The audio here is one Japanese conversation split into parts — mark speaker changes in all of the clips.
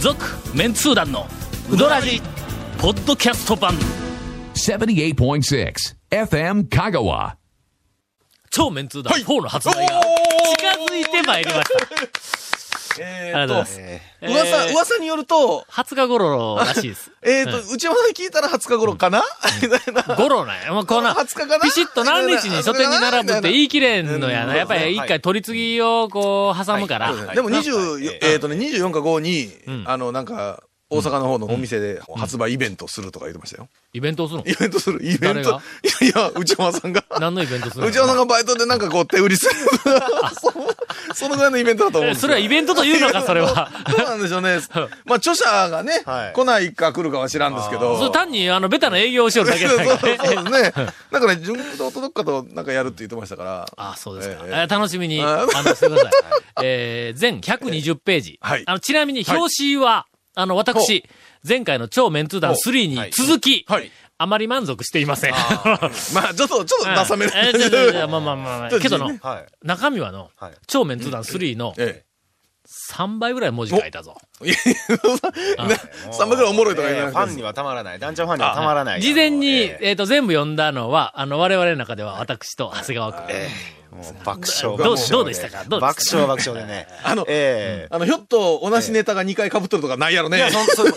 Speaker 1: 続メンツー団のウドラジポッドキャスト版
Speaker 2: 78.6 FM Kagawa.
Speaker 1: 超メンツー団4の発売が近づいてまいりました
Speaker 3: え
Speaker 1: あ
Speaker 3: ー
Speaker 1: りがとうござい
Speaker 3: と
Speaker 1: ます、えー
Speaker 3: 噂、噂によると、
Speaker 1: 20日頃らしいです
Speaker 3: えっ、と、内山さんに聞いたら20日頃かな、みたいな。
Speaker 1: ゴロなんや。まあ、こんな、
Speaker 3: 20日かな
Speaker 1: ピシッと何日に書店に並ぶって言い切れんのやな。やっぱり一回取り次ぎをこう挟むから。
Speaker 3: そうですねでも24、えっとね、24か5に、あの、なんか、大阪の方のお店で発売イベントするとか言ってましたよ。
Speaker 1: イベントをするの
Speaker 3: イベントするイベ
Speaker 1: 誰
Speaker 3: ント。い
Speaker 1: が
Speaker 3: やいや、内山さ んが。
Speaker 1: 何のイベントするの
Speaker 3: 内山さんがバイトでなんかこう手売りする。そ そのぐらいのイベントだと思うん
Speaker 1: え
Speaker 3: です
Speaker 1: そ
Speaker 3: よ
Speaker 1: れはイベントというのか、それは。
Speaker 3: どうなんでしょうね。まあ、著者がね、
Speaker 4: はい
Speaker 3: 来ないか来るかは知らんですけど。
Speaker 1: それ単に、あの、ベタな営業をしよるだけ
Speaker 3: そう
Speaker 1: だ
Speaker 3: そう
Speaker 1: からね。
Speaker 3: そうですね。なんかね、純堂とどっかとなんかやるって言ってましたから。
Speaker 1: あそうですか。
Speaker 3: え
Speaker 1: え
Speaker 3: え
Speaker 1: ー楽しみに、
Speaker 3: あ
Speaker 1: あ の、してください。えー全120ページ。
Speaker 3: はい
Speaker 1: あの、ちなみに、表紙は、あの、私、前回の超メンツー団3に続き、
Speaker 3: はい。
Speaker 1: あまり満足していません。
Speaker 3: まあ、ちょっと、ちょっとダサめな
Speaker 1: えー
Speaker 3: 感
Speaker 1: ちょ
Speaker 3: じ
Speaker 1: ち ょち
Speaker 3: で
Speaker 1: ょ。まあまあまあまあ
Speaker 3: ちょっ
Speaker 1: け
Speaker 3: と
Speaker 1: どの、
Speaker 4: はい。
Speaker 1: 中身はの、
Speaker 4: はい
Speaker 1: 超メンツー団3の
Speaker 3: え
Speaker 1: 3倍ぐらい文字書いたぞ。
Speaker 3: え。いやねサンバぐらいおもろいとか言わ
Speaker 4: ファ
Speaker 3: な
Speaker 4: ン
Speaker 3: くて
Speaker 4: に。はたまらない。団長ファンにはたまらない。
Speaker 1: 事前に、
Speaker 4: え
Speaker 1: えっ、と、全部読んだのは、あの、我々の中では私と長谷川君。
Speaker 4: えもう爆
Speaker 1: どう
Speaker 4: 笑爆笑
Speaker 1: どうでしたかどうでしたか
Speaker 4: 爆笑爆笑で ね。
Speaker 3: あの
Speaker 4: ええ
Speaker 3: あの、ひょっと同じネタが2回被ってるとかないやろ
Speaker 4: い
Speaker 3: ね
Speaker 4: や、。そんそん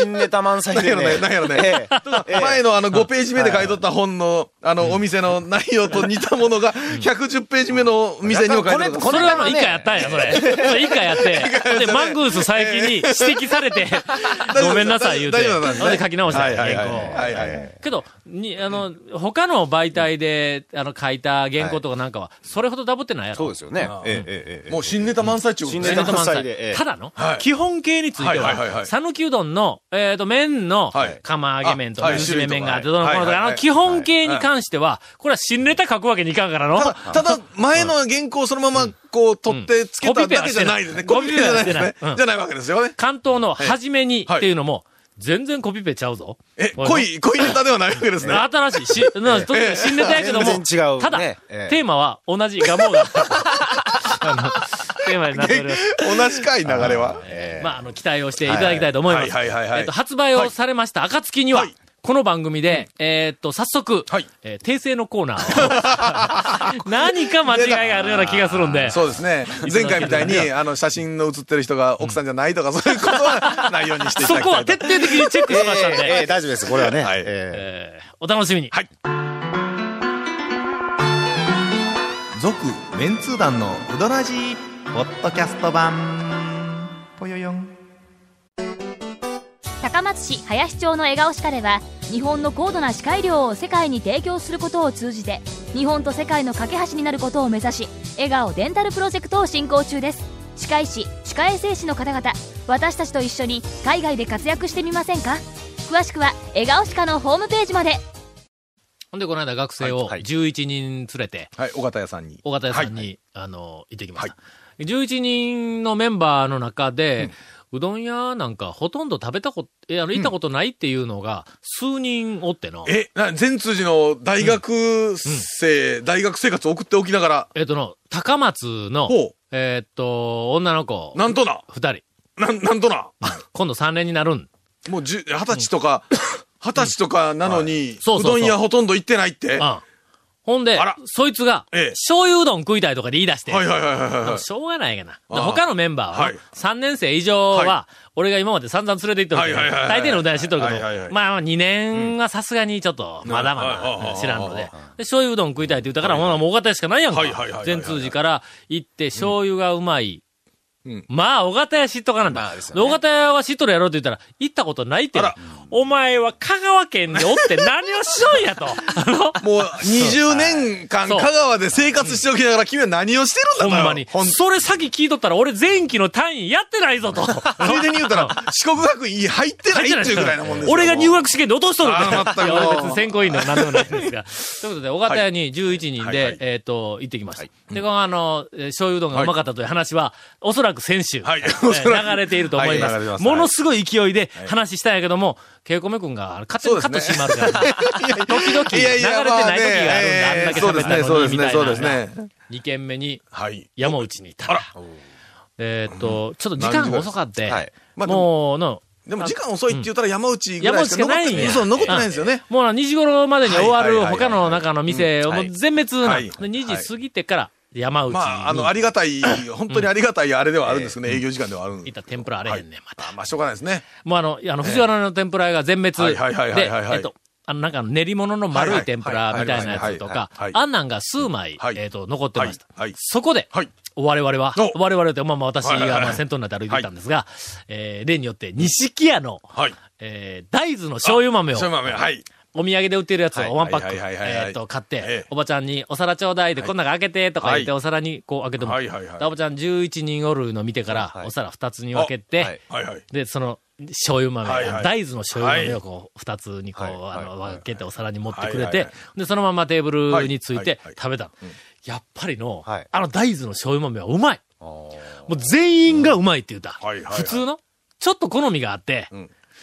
Speaker 4: 新ネタ満載
Speaker 3: ない
Speaker 4: で
Speaker 3: やろね、
Speaker 4: ね。
Speaker 3: ないやろ
Speaker 4: え
Speaker 3: ね。
Speaker 4: えええ
Speaker 3: 前のあの5ページ目で買い取った本の、あの、お店の内容と似たものが、110ページ目のお店にも書いてあるとか
Speaker 4: こ
Speaker 1: そ
Speaker 4: の
Speaker 1: れ
Speaker 4: 間
Speaker 1: は
Speaker 4: は
Speaker 1: もう
Speaker 4: ね
Speaker 1: 一回やったんや、それ。それ一回やって。で、マングース最近に指摘され て、ごめんなさい言うて。
Speaker 3: 大丈夫だったんですね
Speaker 1: ほんで書き直した
Speaker 3: は
Speaker 1: ん
Speaker 3: い
Speaker 1: や
Speaker 3: はい
Speaker 1: 原
Speaker 3: はい。
Speaker 1: 稿。
Speaker 3: はいはいはい。
Speaker 1: けど、に、あの、他の媒体で、あの、書いた原稿とかなんかは、それほどダブってないやろ。
Speaker 4: そうですよね。ええええええ
Speaker 3: もう新ネタ満載中。
Speaker 4: 新
Speaker 1: 全
Speaker 4: ネ
Speaker 1: 然
Speaker 4: タ
Speaker 1: 満
Speaker 4: 満載でえ
Speaker 1: 載。
Speaker 4: え
Speaker 1: ただの
Speaker 3: はい、
Speaker 1: 基本形について
Speaker 3: はいはいはいは
Speaker 1: は、
Speaker 3: い
Speaker 1: 讃岐うどんの、えっと、麺の
Speaker 3: はい、
Speaker 1: 釜揚げ麺とか、
Speaker 3: あはい
Speaker 1: 薄め麺があって、ど
Speaker 3: 種
Speaker 1: の
Speaker 3: 類
Speaker 1: ことのと
Speaker 3: かはいは
Speaker 1: か、
Speaker 3: いはい
Speaker 1: あの、基本形に関しては、これは新ネタ書くわけにいかんからの。
Speaker 3: ただ、ただ、前の原稿をそのまま、こう、取って、つけただけじゃないですね。
Speaker 1: うん
Speaker 3: コピペじゃない
Speaker 1: コピ
Speaker 3: です
Speaker 1: ペは
Speaker 3: ね
Speaker 1: してないうん。
Speaker 3: じゃないわけですよね。
Speaker 1: 関東の初めに
Speaker 3: はい
Speaker 1: っていうのも、全然コピペちゃうぞ。
Speaker 3: え、
Speaker 1: これ
Speaker 3: 濃い、濃いネタではないわけですね。
Speaker 1: 新しいし、なとにかく新ネタやけども、
Speaker 4: 全然違う
Speaker 1: ただ、
Speaker 4: ねええ
Speaker 1: テーマは同じガモが、あの、テーマになっております。
Speaker 3: 同じかい流れは。
Speaker 4: ええ
Speaker 1: まあ、あの、期待をしていただきたいと思います。
Speaker 3: はいはいはいはい
Speaker 1: えっと、発売をされました暁には、
Speaker 3: はい
Speaker 1: この番組で、えーっと、早速、
Speaker 3: はい
Speaker 1: えー訂正のコーナーを何か間違いがあるような気がするんで、
Speaker 3: そうですね。前回みたいに、あの、写真の写ってる人が奥さんじゃないとか、そういうことはないようにしていた
Speaker 1: そ
Speaker 3: だき
Speaker 1: こ
Speaker 3: た
Speaker 1: はい
Speaker 3: と。
Speaker 1: 徹底的にチェックしましたんで、
Speaker 4: ええええ大丈夫です。これはね。
Speaker 3: はい
Speaker 4: ええ
Speaker 1: えーお楽しみに。
Speaker 3: はい。
Speaker 5: 続メンツー団のウドラジポッドキャスト版ぽよよん
Speaker 6: 高松市林町の笑顔歯科では日本の高度な歯科医療を世界に提供することを通じて日本と世界の架け橋になることを目指し笑顔デンタルプロジェクトを進行中です歯科医師歯科衛生士の方々私たちと一緒に海外で活躍してみませんか詳しくは笑顔歯科のホームページまで
Speaker 1: ほんで、この間学生を
Speaker 4: はいはい
Speaker 1: 11人連れて、
Speaker 3: はい、尾形屋さんに。
Speaker 1: 大型屋さんに、
Speaker 3: はい
Speaker 1: あの、行ってきました。11人のメンバーの中で、うどん屋なんかほとんど食べたこと、え、あの、行ったことないっていうのが、数人おっての。え
Speaker 3: え、な、全通寺の大学生、大学生活を送っておきながら、
Speaker 1: っ、との、高松の
Speaker 3: ほう、
Speaker 1: えっと、女の子、
Speaker 3: なんとな、
Speaker 1: 二人、
Speaker 3: なん、なんとな、
Speaker 1: 今度3年になるん。
Speaker 3: もう十、二十歳とか、二十歳とかなのに、
Speaker 1: そうそう
Speaker 3: う
Speaker 1: そう
Speaker 3: どん屋ほとんど行ってないって。
Speaker 1: う
Speaker 3: は
Speaker 1: ん。ほんで
Speaker 3: あら、
Speaker 1: そいつが、
Speaker 3: ええ
Speaker 1: 醤油うどん食いたいとかで言い出して、
Speaker 3: いはいはいはい
Speaker 1: でも
Speaker 3: は
Speaker 1: しょうがないがな。で
Speaker 3: ああ
Speaker 1: 他のメンバーは
Speaker 3: は
Speaker 1: な、
Speaker 3: い
Speaker 1: 3年生以上は
Speaker 3: は、
Speaker 1: 俺が今まで散々連れて行ってる
Speaker 3: はい
Speaker 1: けど
Speaker 3: はいはいは
Speaker 1: 大
Speaker 3: い
Speaker 1: 抵のうどん屋知っとるけど
Speaker 3: はいはいは、い
Speaker 1: まあまあ2年はさすがにちょっと、まだま
Speaker 3: はい
Speaker 1: だ
Speaker 3: ああ
Speaker 1: 知らんので
Speaker 3: ああ、
Speaker 1: で醤油うどん食いたいって言ったから、ほなもう尾形屋しかないやんか
Speaker 3: はいはいはいはいは。い
Speaker 1: 全通寺から行って、醤油がうまい
Speaker 3: うん。
Speaker 1: まあ、尾形屋知っとかなん
Speaker 4: ま
Speaker 1: だ
Speaker 4: あです。よ
Speaker 1: で
Speaker 4: ね
Speaker 1: 尾形屋は知っとるやろって言ったら、行ったことないって
Speaker 3: あら。
Speaker 1: お前は香川県におって何をしろんや と。あの
Speaker 3: い。もう、20年間、
Speaker 1: そう
Speaker 3: 香川で生活しておきながら、君は何をしてる
Speaker 1: ほ
Speaker 3: ん
Speaker 1: ん
Speaker 3: だと
Speaker 1: まに。
Speaker 3: ほんつ
Speaker 1: それ先聞いとったら、俺前期の単位やってないぞと。
Speaker 3: いでに言う たら、四国学院入ってないっていうぐらいなもんですよ。
Speaker 1: 俺が入
Speaker 3: もう
Speaker 1: 学試験で落としとるんだよ
Speaker 3: あー全く
Speaker 1: いや
Speaker 3: もう
Speaker 1: 俺別に選考委員でも何でもないんです が。ということで、小形屋に11人
Speaker 3: はいは
Speaker 1: で
Speaker 3: い、
Speaker 1: えっと、行ってきました。で、このあの、えー醤油うどんがうまかったという話は、おそらく先週、え
Speaker 3: はい おそ
Speaker 1: ー
Speaker 3: らく
Speaker 1: 流れていると思いま。
Speaker 3: はい流れてますす
Speaker 1: ものすごい勢いで話したんやけども、ケイコメ君が勝手にカットしてしまうから、時々流れてない時があるんだ。あんだけ喋ったのにみたいな。
Speaker 3: いやいやまあねそうですねそうですねそうですね
Speaker 1: 2軒目に
Speaker 3: はい。
Speaker 1: 山内にいたら、えーっと、ちょっと時間が遅かって、
Speaker 3: はいまあでも
Speaker 1: もうの、
Speaker 3: でも時間遅いって言ったら山内ぐらいしか残っ
Speaker 1: 山内しかないん
Speaker 3: て、
Speaker 1: や
Speaker 3: そう、残ってないんですよね。
Speaker 1: もうな2時頃までに終わ
Speaker 3: はいはい
Speaker 1: る
Speaker 3: はいはい
Speaker 1: 他の中の店、
Speaker 3: うん
Speaker 1: も
Speaker 3: は
Speaker 1: う
Speaker 3: い
Speaker 1: 全滅な。
Speaker 3: はい
Speaker 1: で
Speaker 3: はい
Speaker 1: 2時過ぎてから山内に
Speaker 3: まあ、あの、ありがたい、本当にありがたいあれではあるんですけどね、営業時間ではあるん
Speaker 1: い
Speaker 3: で。
Speaker 1: た天ぷらあれへんねん、また。
Speaker 3: あまあ、しょうがないですね。
Speaker 1: もうあの、あの、藤原の天ぷら屋が全滅。
Speaker 3: は
Speaker 1: で
Speaker 3: いはいはい、はいはいはい
Speaker 1: えっと、あの、なんか練り物の丸い天ぷらみたいなやつとか
Speaker 3: はいはいはいはいはいはい、
Speaker 1: あんなんが数枚
Speaker 3: は、い
Speaker 1: えっと、残ってました
Speaker 3: はいはい。
Speaker 1: そこで、
Speaker 3: はい。
Speaker 1: 我々は
Speaker 3: お、
Speaker 1: 我々って、まあまあ私が
Speaker 3: はいはいはい
Speaker 1: まあ先頭になって歩いてたんですが、えー例によって、錦屋の、
Speaker 3: はい。
Speaker 1: えー大豆の醤油豆を、
Speaker 3: そういう豆、はい。
Speaker 1: お土産で売ってるやつ
Speaker 3: はい
Speaker 1: をワンパック、
Speaker 3: はいはいはいはいは
Speaker 1: え
Speaker 3: い
Speaker 1: ーっと、買っ
Speaker 3: え
Speaker 1: て
Speaker 3: え、
Speaker 1: おばちゃんにお皿ちょうだいで、こん中開けて、とか言って、
Speaker 3: は
Speaker 1: お皿にこう開けてもらう、
Speaker 3: はいはいはい
Speaker 1: でおばちゃん11人おるの見てから、お皿2つに分けて、
Speaker 3: はいはいはい。
Speaker 1: で、その、醤油豆、
Speaker 3: はいはい
Speaker 1: 大豆の醤油豆をこう、二つにこう、あの、分けてお皿に持ってくれて、
Speaker 3: はいはいは
Speaker 1: で、そのままテーブルについて
Speaker 3: はいはいはい
Speaker 1: 食べたの。やっぱりの、
Speaker 4: はい
Speaker 1: あの大豆の醤油豆はうまい。もう全員がうまいって言った。
Speaker 3: うんはいはいはい
Speaker 1: 普通のちょっと好みがあって、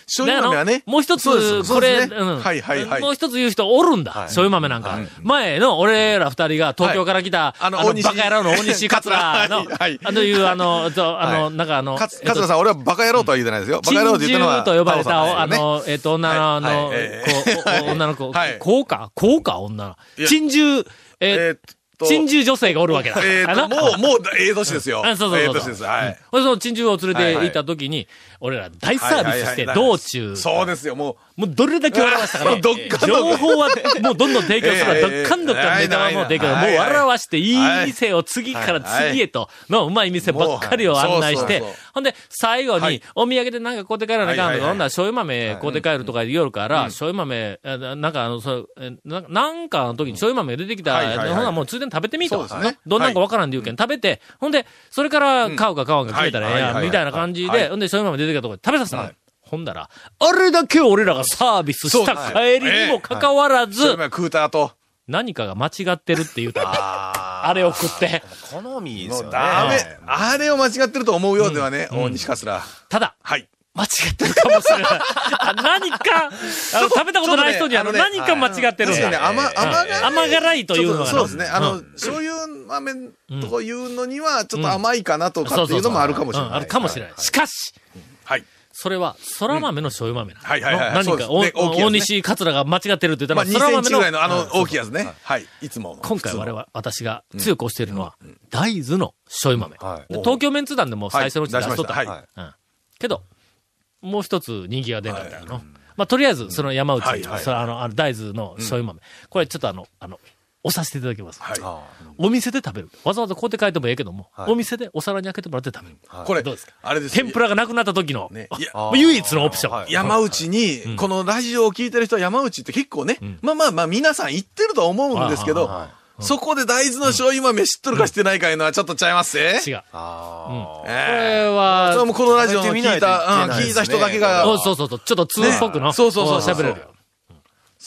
Speaker 3: 醤油豆
Speaker 1: だ
Speaker 3: はね
Speaker 1: か。らもう一
Speaker 3: そうで
Speaker 1: つ、
Speaker 3: すそ
Speaker 1: こ
Speaker 3: うで
Speaker 1: れ、
Speaker 3: すね
Speaker 1: うん
Speaker 3: はいはいはい
Speaker 1: もう一つ言う人おるんだ。醤油豆なんか。前の俺ら二人が東京から来た、
Speaker 3: あの大西、
Speaker 1: バカ野郎の大西桂の
Speaker 3: はいはい
Speaker 1: あのいう、あの、そうあの、なんかあの、
Speaker 3: かつ、桂さん、俺はバカ野郎とは言ってないですよ。バ
Speaker 1: 珍
Speaker 3: カ野郎って言ったのは。
Speaker 1: 獣と呼ばれた、あ
Speaker 3: 太郎さんですよね、
Speaker 1: の、えっと、女の、あ
Speaker 3: はい
Speaker 1: の、こ
Speaker 3: え
Speaker 1: うおお女の子、
Speaker 3: はい
Speaker 1: こうかこうか女の。
Speaker 3: いや
Speaker 1: 珍獣、
Speaker 3: え
Speaker 1: え
Speaker 3: ーっ
Speaker 1: ー、
Speaker 3: と、
Speaker 1: 珍獣女性がおるわけだ。
Speaker 3: えーっ
Speaker 1: あ
Speaker 3: と、
Speaker 1: の
Speaker 3: もう、もう、ええ年ですよ。
Speaker 1: あそうそうそうそう
Speaker 3: ええ年です。はい。
Speaker 1: ほいでその珍獣を連れて
Speaker 3: はい
Speaker 1: 行った時に、俺ら大サービスして、道中、
Speaker 3: そうですよ、もう。
Speaker 1: もうどれだけ笑わしたか
Speaker 3: う
Speaker 1: ね
Speaker 3: わ どっかんどっかん
Speaker 1: 情報はもうどんどん提供するから、
Speaker 3: ええええ
Speaker 1: どっかんどっかんネタはもう提供する。も
Speaker 3: は
Speaker 1: う
Speaker 3: いはい
Speaker 1: 笑わして、いい店を次から次へと、のうまい店ばっかりを案内し
Speaker 3: もうはい
Speaker 1: て
Speaker 3: そうそう、
Speaker 1: ほんで、最後
Speaker 3: は
Speaker 1: に
Speaker 3: い、
Speaker 1: お土産でなんか買うて帰らなあかん
Speaker 3: は
Speaker 1: とか、
Speaker 3: いはいはい
Speaker 1: ほんなら醤油豆買うて帰るとか言おるから、醤油豆、あななんかあの、そうえななんかの時に醤油豆出てきた、
Speaker 3: はい
Speaker 1: ほ
Speaker 3: はい
Speaker 1: ん
Speaker 3: はい
Speaker 1: ならもうついでに食べてみ
Speaker 3: そ
Speaker 1: と
Speaker 3: うですね。
Speaker 1: どんなんかわからんで言うけん、食べて、ほんで、それから買うか買わんか決めたらええ
Speaker 3: うんはい
Speaker 1: や
Speaker 3: は
Speaker 1: ん、
Speaker 3: い
Speaker 1: みたいな感じ
Speaker 3: はいは
Speaker 1: で、
Speaker 3: い
Speaker 1: ほんで、そういうまま出てきたところで食べさせたの。ほんだら、あれだけ俺らがサービスした
Speaker 3: そう
Speaker 1: 帰りにもかかわら
Speaker 3: それ
Speaker 1: ず
Speaker 3: ま、で食うた後。
Speaker 1: 何かが間違ってるって言うた。
Speaker 4: あ
Speaker 1: あれを食って。
Speaker 4: ー好みで
Speaker 3: も
Speaker 4: すよ
Speaker 3: う
Speaker 4: ね。
Speaker 3: ダメ。あれを間違ってると思うようではね、大西桂。
Speaker 1: ただ、
Speaker 3: はい。
Speaker 1: 間違ってるかもしれない。あ何か、あの食べたことない人にあの
Speaker 3: ちょっとね
Speaker 1: 何
Speaker 3: あのね
Speaker 1: か間違ってるん
Speaker 3: 確かにね、
Speaker 1: だ。
Speaker 3: 甘、甘が
Speaker 1: 甘辛いというのがな。
Speaker 3: そうですね。あ
Speaker 1: う
Speaker 3: の
Speaker 1: ん、
Speaker 3: 醤油豆とかいうのには、ちょっと甘いかなとかっていうのもあるかもしれ
Speaker 1: う
Speaker 3: なんい。
Speaker 1: あるかもしれない。しかし、
Speaker 3: はい。
Speaker 1: それは、空豆の醤油豆なの。
Speaker 3: うんはいはいはいはい
Speaker 1: 何か、
Speaker 3: そうですね
Speaker 1: お
Speaker 3: 大きいやつね
Speaker 1: 大西桂が間違ってるって言った
Speaker 3: まあ、
Speaker 1: ら、
Speaker 3: 2
Speaker 1: 空
Speaker 3: セン
Speaker 1: 豆
Speaker 3: チ
Speaker 1: の。
Speaker 3: ぐらいのあ
Speaker 1: う
Speaker 3: の
Speaker 1: ん、
Speaker 3: 大きいやつね。はい。いつもの。
Speaker 1: 今回
Speaker 3: 普通
Speaker 1: 我
Speaker 3: の
Speaker 1: 々、私が強く推しているのは、大豆の醤油豆、
Speaker 4: はい
Speaker 1: で東京メンツ団でも最初のうちに
Speaker 3: はい
Speaker 1: 出しとった。
Speaker 3: 出しまし
Speaker 1: うんけど、もう一つ人気が出なかったの。まあ、とりあえず、その山内、
Speaker 3: はいはい
Speaker 1: そのあの、あの大豆の醤油豆、これちょっとあの、あの、押させていただきます。
Speaker 3: は
Speaker 1: お店で食べる。わざわざこうやって書いてもええけども、
Speaker 4: はい
Speaker 1: お店でお皿に開けてもらって食べる。
Speaker 3: い。これ
Speaker 1: どうですか、
Speaker 3: あれですよ
Speaker 1: 天ぷらがなくなった時の、
Speaker 3: ね
Speaker 1: あ
Speaker 3: いや
Speaker 1: 唯一のオプション。
Speaker 4: はい
Speaker 3: 山内に、このラジオを聞いてる人は山内って結構ね、まあまあまあ皆さん言ってるとは思うんですけ
Speaker 1: うん
Speaker 3: ど、そこで大豆の醤油豆知っとるか知ってないかいうのはちょっとちゃいますぜ。
Speaker 1: 違う。こ
Speaker 4: あ
Speaker 3: え
Speaker 1: れ
Speaker 3: えそれは
Speaker 1: は、
Speaker 3: もうこのラジオの聞
Speaker 4: 食べて
Speaker 3: い
Speaker 4: みな
Speaker 3: た、
Speaker 4: いといけ
Speaker 3: うん
Speaker 4: ないですね
Speaker 3: 聞いた人だけが、
Speaker 1: そうそうそうそう、ちょっと通っぽくの、
Speaker 3: ねそうそうそうそう
Speaker 1: こ喋れるよ。うん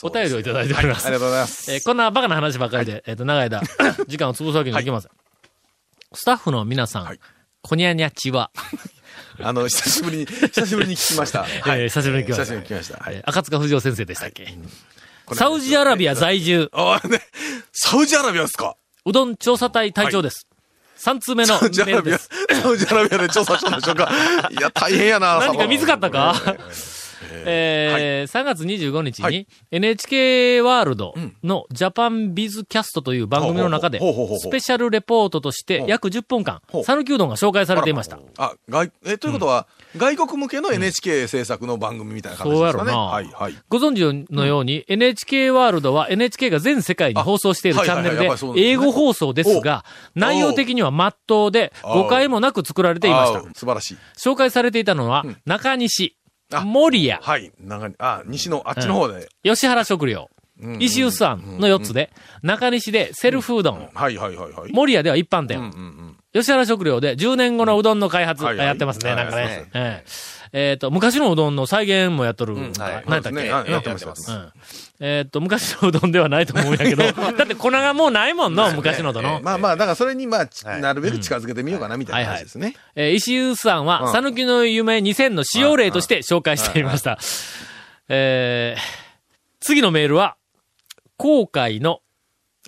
Speaker 1: お便りをいただいております
Speaker 3: あり。がとうございます。
Speaker 1: えーこんなバカな話ばかりで、えっ、と、長い 間、時間を潰すわけにはいきません。スタッフの皆さん、
Speaker 3: はい
Speaker 1: こにゃにゃちは、
Speaker 3: あの、久しぶりに、久しぶりに聞きました。はい
Speaker 1: えー久しぶりに聞きま
Speaker 3: 久
Speaker 1: し
Speaker 3: したぶりに聞きました。はい
Speaker 1: えー赤塚不二夫先生でしたっけ、
Speaker 3: これ
Speaker 1: サウジアラビア在住、
Speaker 3: ああ、ね、サウジアラビアですか
Speaker 1: うどん調査隊隊長です。三通目の
Speaker 3: サウジア
Speaker 1: メー
Speaker 3: ラ
Speaker 1: ル
Speaker 3: ビ
Speaker 1: で
Speaker 3: ア、
Speaker 1: す。
Speaker 3: サウジアラビアで調査したんでしょうか。いや、大変やな、
Speaker 1: 何か見つかったか、えー3月25日に、
Speaker 3: はい
Speaker 1: NHK ワールドのジャパンビズキャストという番組の中で、
Speaker 3: ほうほうほうほう
Speaker 1: スペシャルレポートとして約10分間
Speaker 3: ほ、う
Speaker 1: 讃岐うどんが紹介されていました。
Speaker 3: あ、外、え、ということは、外国向けの NHK 制作の番組みたいな感じですか
Speaker 1: そう
Speaker 3: ね。
Speaker 1: やろな
Speaker 3: はい、はい。
Speaker 1: ご存知のように、NHK ワールドは NHK が全世界に放送している
Speaker 3: あ
Speaker 1: チャンネル
Speaker 3: はい
Speaker 1: で
Speaker 3: はいやっぱりそう、ですね
Speaker 1: 英語放送ですが、内容的には真っ当で、
Speaker 3: お
Speaker 1: 誤解もなく作られていまし
Speaker 3: あ
Speaker 1: た
Speaker 3: ー。素晴らしい。
Speaker 1: 紹介されていたのは、中西
Speaker 3: あ、
Speaker 1: 森谷、
Speaker 3: はい。長に、あ、西の、あっちの方で。
Speaker 1: 吉原食料、石臼さんの4つで、中西でセルフうどん、
Speaker 3: はい、はい、はい、はい。
Speaker 1: 森谷では一般店、吉原食料で10年後のうどんの開発
Speaker 3: うんはいはい
Speaker 1: やってますね、
Speaker 3: はい
Speaker 1: なんかね。
Speaker 3: はいはい
Speaker 1: えええーと、昔のうどんの再現もやっとる。
Speaker 4: はい
Speaker 1: 何やったっけ、
Speaker 3: ねやってますやってます
Speaker 1: うんえーっと、昔のうどんではないと思うんやけど、 だって粉がもうないもんの、昔のうどんの。
Speaker 3: まあまあ、だからそれに、まあ、ち
Speaker 4: はい
Speaker 3: なるべく近づけてみようかな、みたいな話ですね。
Speaker 1: えー石井さんは、さぬきの夢2000の使用例として紹介していました。えー次のメールは、後悔の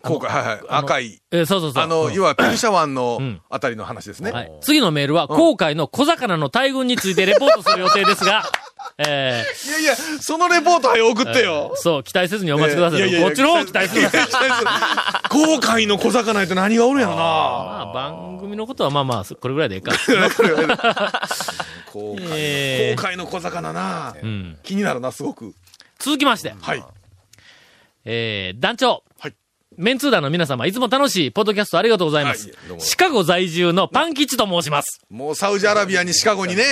Speaker 3: 後悔、はいはい。
Speaker 1: あの
Speaker 3: 赤い。
Speaker 1: えーそうそうそう。
Speaker 3: あの、
Speaker 1: うん
Speaker 3: 要は、ペルシャ湾の
Speaker 1: うん
Speaker 3: あたりの話ですね。
Speaker 1: はい、次のメールは、後悔の小魚の大群についてレポートする予定ですが、えー
Speaker 3: いやいや、そのレポートは送ってよ。
Speaker 1: そう、期待せずにお待ちください。こっちの方を期待するな。
Speaker 3: 後悔の小魚やと何がおるんやろな。
Speaker 1: まあ、番組のことはまあまあ、これぐらいでいいか。
Speaker 3: 後悔
Speaker 1: え
Speaker 3: 後
Speaker 1: ー
Speaker 3: 悔の小魚な。
Speaker 1: うん、
Speaker 3: 気になるな、すごく。
Speaker 1: 続きまして、
Speaker 3: はい。
Speaker 1: えー団長。
Speaker 3: はい
Speaker 1: メンツー団の皆様、いつも楽しいポッドキャストありがとうございます。
Speaker 3: はいどうも
Speaker 1: シカゴ在住のパン吉と申します。
Speaker 3: もうサウジアラビアにシカゴにね。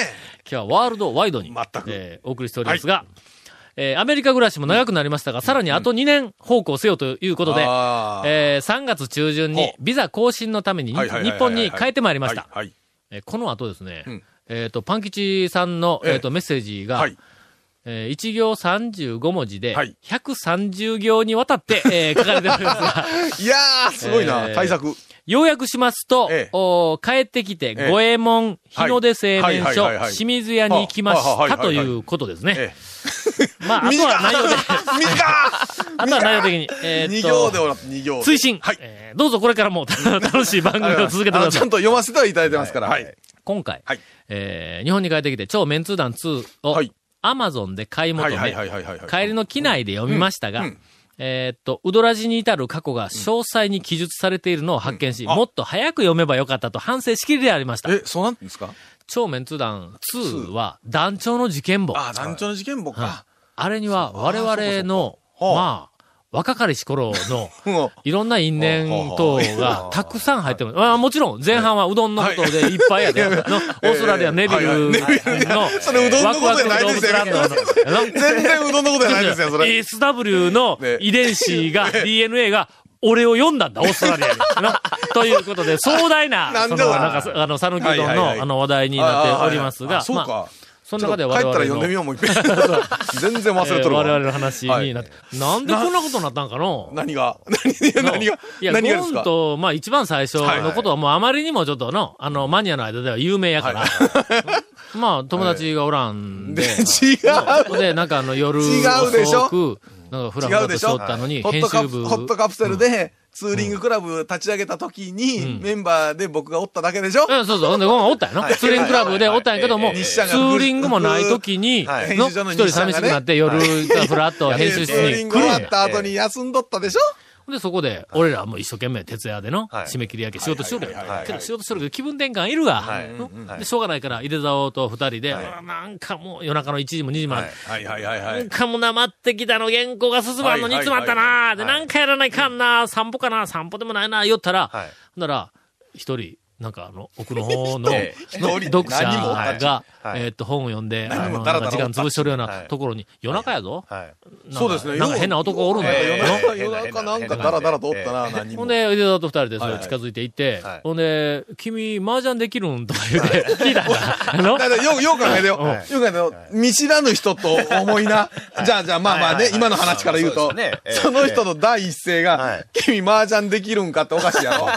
Speaker 1: 今日はワールドワイドに、
Speaker 3: 全く
Speaker 1: えーお送りしておりますが、えーアメリカ暮らしも長くなりましたが、さらにあと2年奉公せよということで、
Speaker 3: あー
Speaker 1: えー3月中旬に
Speaker 3: ほう
Speaker 1: ビザ更新のために
Speaker 3: はいはいはい
Speaker 1: 日
Speaker 3: はい
Speaker 1: 本に帰ってまいりました。
Speaker 3: はい。
Speaker 1: えーこの後ですね、
Speaker 3: うん
Speaker 1: えっ、と、パン吉さんの、
Speaker 3: ええ
Speaker 1: えーとメッセージが、
Speaker 3: はい。はい
Speaker 1: えー1行35文字で、
Speaker 3: はい
Speaker 1: 130行にわたって、えー書か れております が、
Speaker 3: いやー、すごいな、
Speaker 1: えー
Speaker 3: 対策。
Speaker 1: 要約しますと、
Speaker 3: ええ
Speaker 1: お帰ってきて、
Speaker 3: ええ
Speaker 1: 五右衛門、日の出製麺
Speaker 3: はいはい
Speaker 1: 所、
Speaker 3: はいはいはい
Speaker 1: 清水屋に行きま
Speaker 3: はあは
Speaker 1: し
Speaker 3: あ
Speaker 1: た
Speaker 3: はいはいは
Speaker 1: と
Speaker 3: い
Speaker 1: いうことですね。
Speaker 3: え
Speaker 1: まあ、あとは内 容で、
Speaker 3: え。短
Speaker 1: あとは内容的に、え
Speaker 3: い
Speaker 1: ーっ
Speaker 3: 二
Speaker 1: と
Speaker 3: 行でおら、二行で。
Speaker 1: 推進、
Speaker 3: はい。
Speaker 1: えーどうぞこれからも 楽しい番組を続けてく
Speaker 3: あの
Speaker 1: だ
Speaker 3: ち
Speaker 1: さ
Speaker 3: ゃ
Speaker 1: い
Speaker 3: ん。と読ませてはいただいてますから。はい。
Speaker 1: 今回、
Speaker 3: はい
Speaker 1: えー日本に帰ってきて、超メンツー団2を、
Speaker 3: はい
Speaker 1: Amazon で買い求
Speaker 3: はい
Speaker 1: め、
Speaker 3: はいはいはいはいはい。
Speaker 1: 帰りの機内で読みましたが、えーっと、ウドラジに至る過去が詳細に記述されているのを発見し、
Speaker 3: あ
Speaker 1: もっと早く読めばよかったと反省しきりでありました。
Speaker 3: え、そうなんですか
Speaker 1: 超メンツ団2は団長の事件簿。
Speaker 3: あ、団長の事件簿
Speaker 1: は
Speaker 3: か。
Speaker 1: あれには
Speaker 3: そうあ
Speaker 1: 我
Speaker 3: ー
Speaker 1: 々の、
Speaker 3: そうかそうかはあ
Speaker 1: まあ、若かりし頃の、
Speaker 3: うん
Speaker 1: いろんな因縁等がたくさん入ってます。まあもちろん前半はうどんのことでいっぱいやで。のオーストラリア、ネビルの、
Speaker 3: はいはいネビルいやそれうどんのことじゃないですよ
Speaker 1: ワクワク動物ランドのの
Speaker 3: 全然うどんのことじゃないですよ、それ。
Speaker 1: SW の
Speaker 3: ね
Speaker 1: 遺伝子が、DNA が、俺を読んだんだ、オーストラリ アに。のということで、壮大な、
Speaker 3: なん
Speaker 1: そ
Speaker 3: だ
Speaker 1: の、
Speaker 3: わ
Speaker 1: なんか、あの、讃岐うど
Speaker 3: は
Speaker 1: ん
Speaker 3: いはいはい
Speaker 1: の、あの、話題になっております
Speaker 3: あ
Speaker 1: が
Speaker 3: あ、そう
Speaker 1: まあ
Speaker 3: か。
Speaker 1: その
Speaker 3: ちょ
Speaker 1: 中
Speaker 3: っ
Speaker 1: で
Speaker 3: と
Speaker 1: 我
Speaker 3: 帰った
Speaker 1: 々
Speaker 3: ら読んでみ
Speaker 1: の、
Speaker 3: よう、もう一 遍。全然忘れ
Speaker 1: え
Speaker 3: とる
Speaker 1: ー我々
Speaker 3: わ。
Speaker 1: の話になって、なんでこんなことになったんかの
Speaker 3: 何が何が
Speaker 1: の
Speaker 3: 何が
Speaker 1: いや、
Speaker 3: 何がで
Speaker 1: ゴ
Speaker 3: す
Speaker 1: ーン
Speaker 3: か
Speaker 1: と、まあ一番最初のことはもうあまりにもちょっとの、あの、マニアの間では有名やから。まあ友達がおらん
Speaker 3: で
Speaker 1: で。
Speaker 3: 違う。
Speaker 1: で、なんかあの夜
Speaker 3: 違うでしょ
Speaker 1: 遅く、なんかフラフ
Speaker 3: 違
Speaker 1: ラと
Speaker 3: うで
Speaker 1: し
Speaker 3: し
Speaker 1: と
Speaker 3: ょ
Speaker 1: ったのに、
Speaker 3: ホッ
Speaker 1: 編
Speaker 3: トカ
Speaker 1: 集
Speaker 3: プ
Speaker 1: 部。
Speaker 3: ホットカプセルで、ツーリングクラブ立ち上げた時に、メンバーで僕がおっただけでしょ
Speaker 1: うん、そうそう。ほんで、ゴンおったんやの。ツーリングクラブでおったんやけども、
Speaker 3: はい
Speaker 1: ツ
Speaker 3: 日社が
Speaker 1: ーリングもない時に、
Speaker 3: はい編
Speaker 1: の、
Speaker 3: 集
Speaker 1: 一
Speaker 3: 所の日社がね
Speaker 1: 人寂しくなって夜、ふらっと編集室
Speaker 3: ツーリ
Speaker 1: に
Speaker 3: ン
Speaker 1: 来
Speaker 3: グ
Speaker 1: るんや
Speaker 3: 終わった後に休んどったでしょ
Speaker 1: で、そこで、俺らもう一生懸命徹夜での、
Speaker 4: はい
Speaker 1: 締め切り明け仕事しとるや
Speaker 3: はい
Speaker 1: ん
Speaker 3: はいはいはい
Speaker 1: けど仕事しとるけど気分転換いるわ。
Speaker 4: はい
Speaker 1: の
Speaker 4: うんうんはい
Speaker 1: でしょうがないから、井出沢と二人で、
Speaker 4: はいう
Speaker 1: わなんかもう夜中の1時も2時まで、
Speaker 3: はいはいはいは
Speaker 1: なん。かもうなまってきたの原稿が進まんのに
Speaker 3: はいはい
Speaker 1: 詰まったなで、
Speaker 4: はい
Speaker 1: なんかやらないかんな散歩かな散歩でもないな言ったら、
Speaker 4: はい
Speaker 1: ほんなら、一人、なんかあの、奥の方の、
Speaker 4: え
Speaker 3: え
Speaker 1: の
Speaker 3: 一人
Speaker 1: 読者
Speaker 3: 何もおった
Speaker 4: ち
Speaker 1: が、
Speaker 4: はい
Speaker 1: えーっと、本を読んで、あ
Speaker 3: 何
Speaker 1: の
Speaker 3: も
Speaker 1: な
Speaker 3: だ
Speaker 1: ん
Speaker 3: ら
Speaker 1: か
Speaker 3: だら
Speaker 1: 時間潰しとるような
Speaker 4: はい
Speaker 1: ところに、夜中やぞ、
Speaker 4: はい。
Speaker 1: なんか
Speaker 3: そうですね。
Speaker 1: なんか変な男おるんだよ。
Speaker 3: ええ
Speaker 1: の
Speaker 3: 夜中、夜中なんかダラダラとおったな、何
Speaker 1: ほ
Speaker 3: も
Speaker 1: ん。で、腕田と二人でそれ近づいていって、
Speaker 4: はいはい
Speaker 1: ほんで、君、麻雀できるんとか言うて、聞いたんだ。あ の
Speaker 3: だからよう、よう考えてよ。よう考
Speaker 4: は
Speaker 3: え
Speaker 4: い
Speaker 3: てよ。見知らぬ人と思いな。じゃあじゃあまあまあ
Speaker 4: はいは
Speaker 3: ね
Speaker 4: いは、い
Speaker 3: 今の話から言う
Speaker 4: そ
Speaker 3: と
Speaker 4: うですね、ええ
Speaker 3: その人の第一声
Speaker 4: は
Speaker 3: が
Speaker 4: い、
Speaker 3: 君麻雀できるんかっておかしいやろ。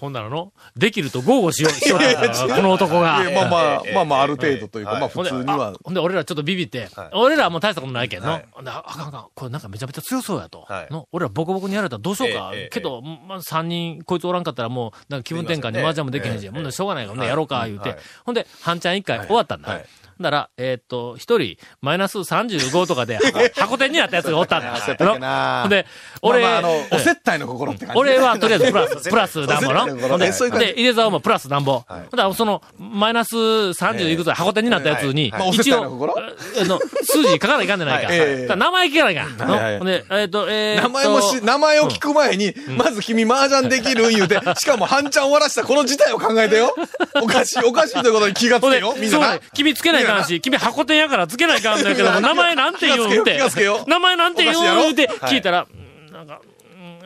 Speaker 1: ほんならの、できると豪語しようしよう
Speaker 3: やいや違う
Speaker 1: この男が。
Speaker 3: いやまあまあ
Speaker 4: ええ、
Speaker 3: まあまあ、ある程度というか、
Speaker 4: はい
Speaker 3: まあ
Speaker 1: ほ
Speaker 3: 普
Speaker 1: んで
Speaker 3: 通に
Speaker 1: あ
Speaker 3: は。
Speaker 1: ほんで、俺らちょっとビビって、
Speaker 4: はい
Speaker 1: 俺らはもう大したことないけど、
Speaker 4: はい
Speaker 1: ほんでああかんあかん、これなんかめちゃめちゃ強そうやと。
Speaker 4: はい
Speaker 1: の俺らボコボコにやられたらどうしようか。
Speaker 4: ええええ
Speaker 1: けど、まあ、3人、こいつおらんかったらもう、なんか気分転換に麻雀もできへんし、
Speaker 4: ええ
Speaker 1: ほんで、
Speaker 4: ええ
Speaker 1: しょうがないから、ほんで
Speaker 4: はい
Speaker 1: やろうか、言うて。
Speaker 4: はい
Speaker 1: ほんで、半ちゃん1回終わったんだ。
Speaker 4: はい
Speaker 1: ほんなら、えーっと、一人、マイナス35とかで、 箱店になったやつがおったんだ。
Speaker 3: そうやったっけな
Speaker 1: ほんで、
Speaker 3: 俺、
Speaker 1: 俺、
Speaker 3: まあまあ、あの
Speaker 1: ええ、
Speaker 3: お接待の心って感じ。
Speaker 1: 俺はとりあえずプラ ス、プラスなんぼ
Speaker 3: そう
Speaker 1: の。ほんで、
Speaker 3: ねそういう感じ
Speaker 1: で、井出沢もプラスなんぼ。ほんで、その、マイナス30いくつ箱手になったやつに
Speaker 3: はいは、い
Speaker 1: 一応、
Speaker 3: まあお節介
Speaker 1: あの、数字書かないかんじゃないか。
Speaker 3: はいええ
Speaker 1: だから名前聞かないか
Speaker 3: はいはい
Speaker 1: の。ほんで、えっと、えーっと
Speaker 3: 名前もし、名前を聞く前に、まず君麻雀できる言うて、しかも半ちゃん終わらしたこの事態を考えてよ。おかしい、おかしいということに気がつ
Speaker 1: ほん
Speaker 3: け
Speaker 1: で
Speaker 3: よ、みん
Speaker 1: そ
Speaker 3: な
Speaker 1: う
Speaker 3: な
Speaker 1: ね。君つけないかんし、君箱手やからつけないかんだけど も、名前なんて言うんって
Speaker 3: 気がつけよ気がつけよ。
Speaker 1: 名前なんて言うんって
Speaker 3: おかし
Speaker 1: 聞
Speaker 3: いやろ
Speaker 1: いたら、うんなんか、うん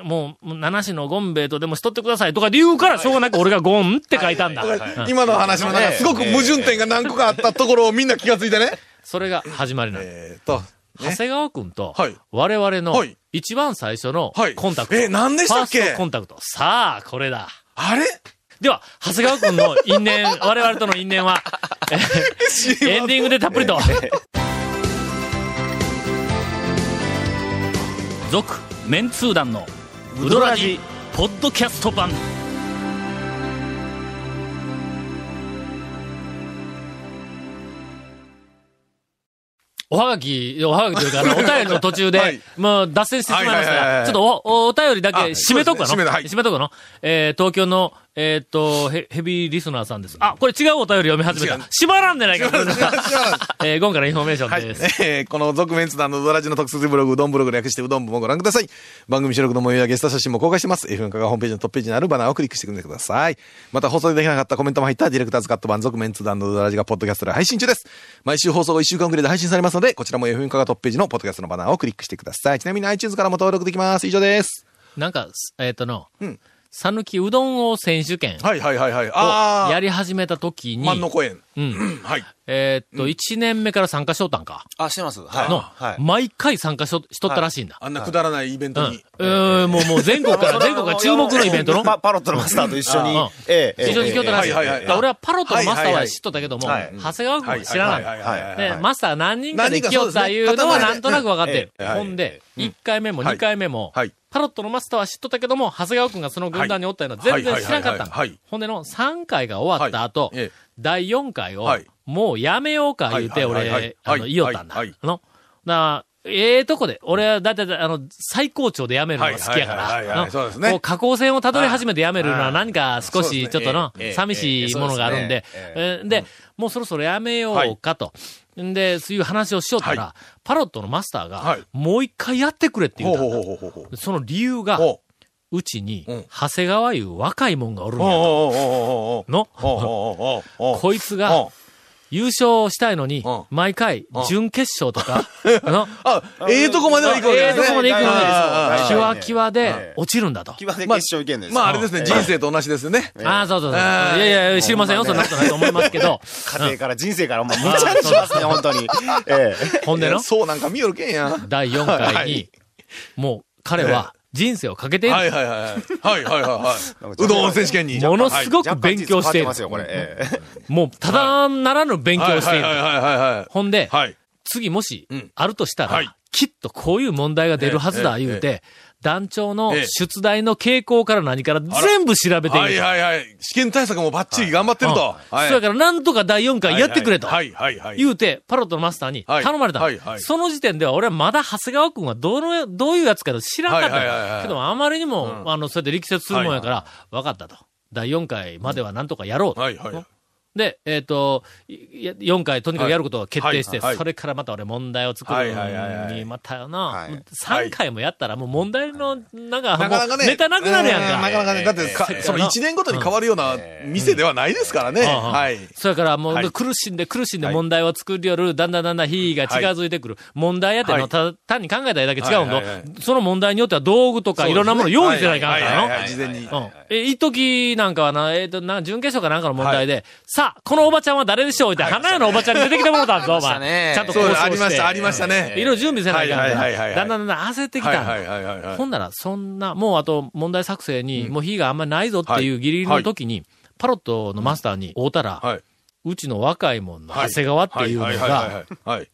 Speaker 1: もう、もう七種のゴンベイとでもしとってくださいとかで言うから、しょうがなく俺がゴンって書いたんだ。うん
Speaker 3: 今の話の中、すごく矛盾点が何個かあったところをみんな気がついてね。
Speaker 1: それが始まりなんだ
Speaker 3: えーっと、
Speaker 1: 長谷川くんと
Speaker 3: はい、
Speaker 1: 我々の
Speaker 3: はい
Speaker 1: 一番最初の
Speaker 3: はい
Speaker 1: コンタクト。
Speaker 3: え何でしたっけ
Speaker 1: ファーストコンタクト。さあ、これだ。
Speaker 3: あれ
Speaker 1: では、長谷川くんの因 縁、我々との因縁は、えーエンディングでたっぷり と。続、メンツー団の、ウドラジポッドキャスト版おはがき、おはがきというか、あ の、お便りの途中で、
Speaker 3: はい
Speaker 1: もう脱線してしまいました
Speaker 3: はいはいはい
Speaker 1: が、
Speaker 3: はい
Speaker 1: ちょっとお、お便りだけ
Speaker 3: あ
Speaker 1: 締めとくかの、
Speaker 3: そうですね締めだはい
Speaker 1: 締めとくのえー、東京の、えーっと、ヘヘビーリスナーさんです。あ、これ違うお便り読み始めた
Speaker 3: 違う。
Speaker 1: 縛らんでないか。
Speaker 3: 違う違う
Speaker 1: えー、ゴンからインフォメーションです。
Speaker 3: えーこの続面ツ団のうどらじの特設ブログ、うどんブログ略してうどん部もご覧ください。番組収録の模様やゲスト写真も公開してます。FM カがホームページのトップページにあるバナーをクリックしてみてください。また放送でできなかったコメントも入ったディレクターズカット版続面ツ団のうどらじがポッドキャストで配信中です。毎週放送が1週間くらいで配信されますので、こちらも FM カがトップページのポッドキャストのバナーをクリックしてください。ちなみに iTunes からも登録できます。以上です。
Speaker 1: なんか、すえーっとの
Speaker 3: うん、
Speaker 1: さぬきうどんを選手権
Speaker 3: はいはいはいはい。
Speaker 1: を
Speaker 3: あ
Speaker 1: や
Speaker 3: ー。
Speaker 1: り始めた時に、
Speaker 3: 万の公園。
Speaker 1: うん。
Speaker 3: はい。
Speaker 1: えーっと、1年目から参加しとったんか。
Speaker 4: あ、してます。はい。
Speaker 1: の、
Speaker 4: はい。
Speaker 1: 毎回参加しとしとったらしいんだ。
Speaker 3: あんなくだらないイベン
Speaker 1: う
Speaker 3: ト
Speaker 1: ん
Speaker 3: に。。
Speaker 1: えーもう、もう全国から、全国から注目のイベントの。
Speaker 4: パパロットのマスターと一緒
Speaker 1: う
Speaker 4: に
Speaker 1: ん、
Speaker 4: ええ、ええ
Speaker 1: 非常に京都らしい。
Speaker 4: ええ
Speaker 1: だ
Speaker 3: はいはいはい
Speaker 1: から俺はパロとマスターは知っとったけども、
Speaker 4: はいはい
Speaker 1: 長谷川君は知らない。
Speaker 3: はいはいはいはい
Speaker 1: で、マスター何人かで
Speaker 3: 何人か
Speaker 1: 来よったいうのはなんとなく分かってる。
Speaker 4: ええ
Speaker 3: はい
Speaker 1: ほんで、1回目も2回目も、
Speaker 3: はい
Speaker 1: パロットのマスターは知っとったけども、長谷川君がその軍団におったような全然知らなかったの
Speaker 3: はいはいはいはいはい
Speaker 1: ほんでの、3回が終わった後、
Speaker 3: はいええ
Speaker 1: 第4回を
Speaker 3: はい、
Speaker 1: もうやめようか言うて、
Speaker 3: はいはいはい
Speaker 1: 俺、
Speaker 3: は
Speaker 1: あ
Speaker 3: い
Speaker 1: の、言おったんだ。
Speaker 3: はいはい
Speaker 1: のなええとこで、俺はだいたい、あの、最高潮でやめるのが好きやか
Speaker 3: はいはいはいはい
Speaker 1: ら、の
Speaker 3: そうですね
Speaker 1: こう、下降線をたどり始めてやめるのは何か少
Speaker 3: そうです
Speaker 1: し、
Speaker 3: ね
Speaker 1: ちょっとの
Speaker 3: えええ、え
Speaker 1: 寂しいものがあるんで、えーで、もうそろそろやめようかと。んで、そういう話をしよったら、パロットのマスターが
Speaker 3: はい、
Speaker 1: もう一回やってくれって言
Speaker 3: ほ
Speaker 1: うたん
Speaker 3: うほ
Speaker 1: だ
Speaker 3: うほうほうほう。
Speaker 1: その理由が、
Speaker 3: ほう
Speaker 1: うちに
Speaker 3: うん、
Speaker 1: 長谷川いう若いもんがおるんやと。
Speaker 3: おうおうおうおうおうおう
Speaker 1: の、
Speaker 3: おうおうおうおう
Speaker 1: こいつ
Speaker 3: おう
Speaker 1: が優勝したいのに
Speaker 3: うん、
Speaker 1: 毎回
Speaker 3: ん、
Speaker 1: 準決勝と か、の、
Speaker 3: あ、ええとこまでは行くわけ
Speaker 1: え
Speaker 3: で
Speaker 1: え
Speaker 3: す
Speaker 1: と
Speaker 3: ね。
Speaker 1: こまで行くのに
Speaker 3: あーあーあー
Speaker 1: キワキワで
Speaker 4: ええ
Speaker 1: 落ちるんだと。
Speaker 4: 基盤で決勝行けんです。
Speaker 3: まああれですね、人生と同じですね。
Speaker 4: ええ
Speaker 1: ああ、そうそうそう。い
Speaker 3: あー
Speaker 1: やいや、知りませんよ。そんなことないと思いますけど。
Speaker 4: 家庭から人生からもう無茶でしますね、本 当に。ええ。
Speaker 1: ほん での、
Speaker 3: そうなんか見よるけんや。は
Speaker 1: 第4
Speaker 3: は
Speaker 1: 回に
Speaker 3: い、
Speaker 1: もう彼は人生をかけて
Speaker 3: い
Speaker 1: いる
Speaker 3: はいはいはい。はいはいはいはい。うどん選手権に。
Speaker 1: ものすごく
Speaker 4: 若干
Speaker 1: 勉強してい
Speaker 4: 変
Speaker 1: る
Speaker 4: わっます。よ、これ。ええ
Speaker 1: もう、ただならぬ勉
Speaker 3: はい
Speaker 1: 強してい
Speaker 3: はい
Speaker 1: る。
Speaker 3: はいはいは
Speaker 1: ほんで
Speaker 3: い。、はい。
Speaker 1: 次もし
Speaker 3: うん、
Speaker 1: あるとした
Speaker 3: はい
Speaker 1: ら、きっとこういう問題が出るはずだ、
Speaker 3: ええ
Speaker 1: 言うて、団長の
Speaker 3: ええ
Speaker 1: 出題の傾向から何から全部調べてい
Speaker 3: はい
Speaker 1: る。
Speaker 3: はいはい。試験対策もバッチリ頑張ってると。はい。
Speaker 1: そやから、なんとか第4回やってくれと。
Speaker 3: はいはいはい。
Speaker 1: 言うて、パロットのマスターに
Speaker 3: はい
Speaker 1: 頼まれたの、
Speaker 3: はいはい
Speaker 1: その時点では俺はまだ長谷川くんはどの、どういうやつか知らんかったの、
Speaker 3: はいはいはいはい
Speaker 1: けどあまりにも、あの、そうやって力説するもんやから、分かったと。第4回まではなんとかやろうと。
Speaker 3: はいはい。
Speaker 1: で、えっ、と、4回とにかくやることを決定して、
Speaker 3: はいはい
Speaker 1: それからまた俺問題を作る
Speaker 3: はいはいはい
Speaker 1: の
Speaker 3: は
Speaker 1: に、
Speaker 3: い
Speaker 1: またよ
Speaker 4: は
Speaker 1: な、
Speaker 4: い
Speaker 1: 三3回もやったらもう問題の、なんか、
Speaker 3: なかなか
Speaker 1: もう
Speaker 3: ね。
Speaker 1: ネタなくなるやん
Speaker 3: う
Speaker 1: か。
Speaker 3: なかなかね。だってか
Speaker 1: ええ、
Speaker 3: その1年ごとに変わるような店ではないですからね。
Speaker 1: うんうん
Speaker 3: はい。
Speaker 1: それからも
Speaker 3: は
Speaker 1: う
Speaker 3: い
Speaker 1: 苦しんで苦しんで問題を作りよる、だんだんだんだん日が近づいてくる。問題やって
Speaker 3: は
Speaker 1: の、
Speaker 3: い
Speaker 1: た単に考えたらだけ違うん
Speaker 3: はいはいは
Speaker 1: だ。その問題によっては道具とかいろんなもの用意してないかん
Speaker 3: はいはいはい
Speaker 1: か
Speaker 3: はい事前に。
Speaker 1: らの。うん。え、一時なんかはな、えっと、な、準決勝かなんかの問題で、さあ、このおばちゃんは誰でしょうって、花屋のおばちゃんに出てきてもらったんぞ、お前。ちゃんと
Speaker 3: そ
Speaker 1: 交
Speaker 3: う
Speaker 1: 渉して。
Speaker 3: ありました、ありましたね。
Speaker 1: いろいろ準備せないかんか
Speaker 3: はいはいはいは
Speaker 1: ら、
Speaker 3: い
Speaker 1: だんだんだんだん焦ってきたんだ
Speaker 3: はいはいはいはい
Speaker 1: ほ
Speaker 3: はい。
Speaker 1: んなら、そんな、もうあと問題作成に、もう火があんまりないぞっていうギリギリの時に、パロットのマスターに会うたら、
Speaker 3: はい。
Speaker 1: うちの若いもんの
Speaker 3: は
Speaker 1: 長谷川っていうの
Speaker 3: はいはいはい
Speaker 1: が、
Speaker 3: はいはい。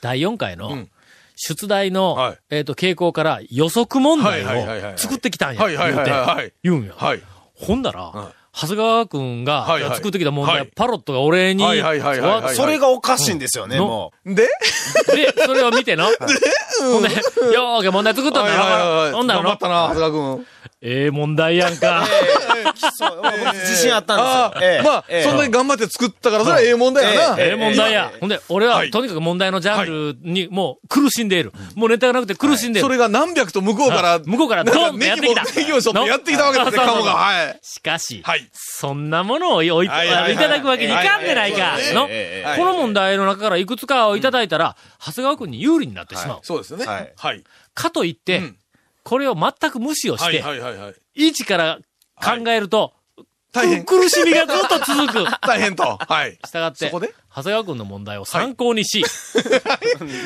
Speaker 1: 第4回
Speaker 3: う
Speaker 1: の
Speaker 3: ん
Speaker 1: 出題の
Speaker 3: はい、
Speaker 1: えっと、傾向から予測問題
Speaker 3: はいはいはいはいは
Speaker 1: を
Speaker 3: い
Speaker 1: 作ってきたんや。
Speaker 3: はいはいはいはいはい
Speaker 1: 言うて言うんや。
Speaker 3: はい。
Speaker 1: ほんなら、長谷川くん
Speaker 3: はい
Speaker 1: が
Speaker 3: はい
Speaker 1: 作ってきた問題、
Speaker 3: はい
Speaker 1: パロットが俺に、
Speaker 3: はいはいはいはいはい
Speaker 1: わ
Speaker 4: それがおかしいんですよね、
Speaker 1: の
Speaker 4: もう。
Speaker 3: で、
Speaker 1: で、それを見 ての。ほんで、よーけ問題作ったんだ
Speaker 3: はいはいはい
Speaker 1: よ。ほんなら
Speaker 3: 頑張
Speaker 1: の
Speaker 3: っ、たな、長谷川君。
Speaker 1: ええ問題やんか。
Speaker 4: そう自信あったん
Speaker 3: あ
Speaker 4: ですよ。え
Speaker 3: あ、
Speaker 4: え
Speaker 3: まあ
Speaker 4: ええ、
Speaker 3: そんなに頑張って作ったから、それはえ えもんだよな。
Speaker 1: ええ問題や
Speaker 4: ええ。
Speaker 1: ほんで、俺は
Speaker 3: はい
Speaker 1: とにかく問題のジャンルにもう苦しんでいる。もうネタがなくて苦しんでい
Speaker 3: そ
Speaker 1: る。
Speaker 3: れが何百と向こうから、
Speaker 1: 向こうからドンってやってきた
Speaker 3: なんかネギもネギをしょってやってきたわけ ですね、
Speaker 1: の
Speaker 3: カモが。はい。
Speaker 1: しかし、
Speaker 3: はい
Speaker 1: そんなものを置いて、
Speaker 3: はいはいはい
Speaker 1: いただくわけにいかんでないか
Speaker 3: はいはいは、い
Speaker 1: の、
Speaker 4: え
Speaker 3: えはい
Speaker 1: この問題の中からいくつかをいただいたら、長谷川君に有利になってしまう。
Speaker 3: そうですよね。
Speaker 4: はい
Speaker 3: はい。
Speaker 1: かといって、
Speaker 3: うん
Speaker 1: これを全く無視をし
Speaker 3: はい
Speaker 1: て、
Speaker 3: はいはいはい。
Speaker 1: 一から考えると、
Speaker 3: 大変。
Speaker 1: 苦しみがずっと続 く。
Speaker 3: 大変と。はい。
Speaker 1: したがって、
Speaker 3: そこ
Speaker 1: 長
Speaker 3: で
Speaker 1: 谷川君の問題を参考にし、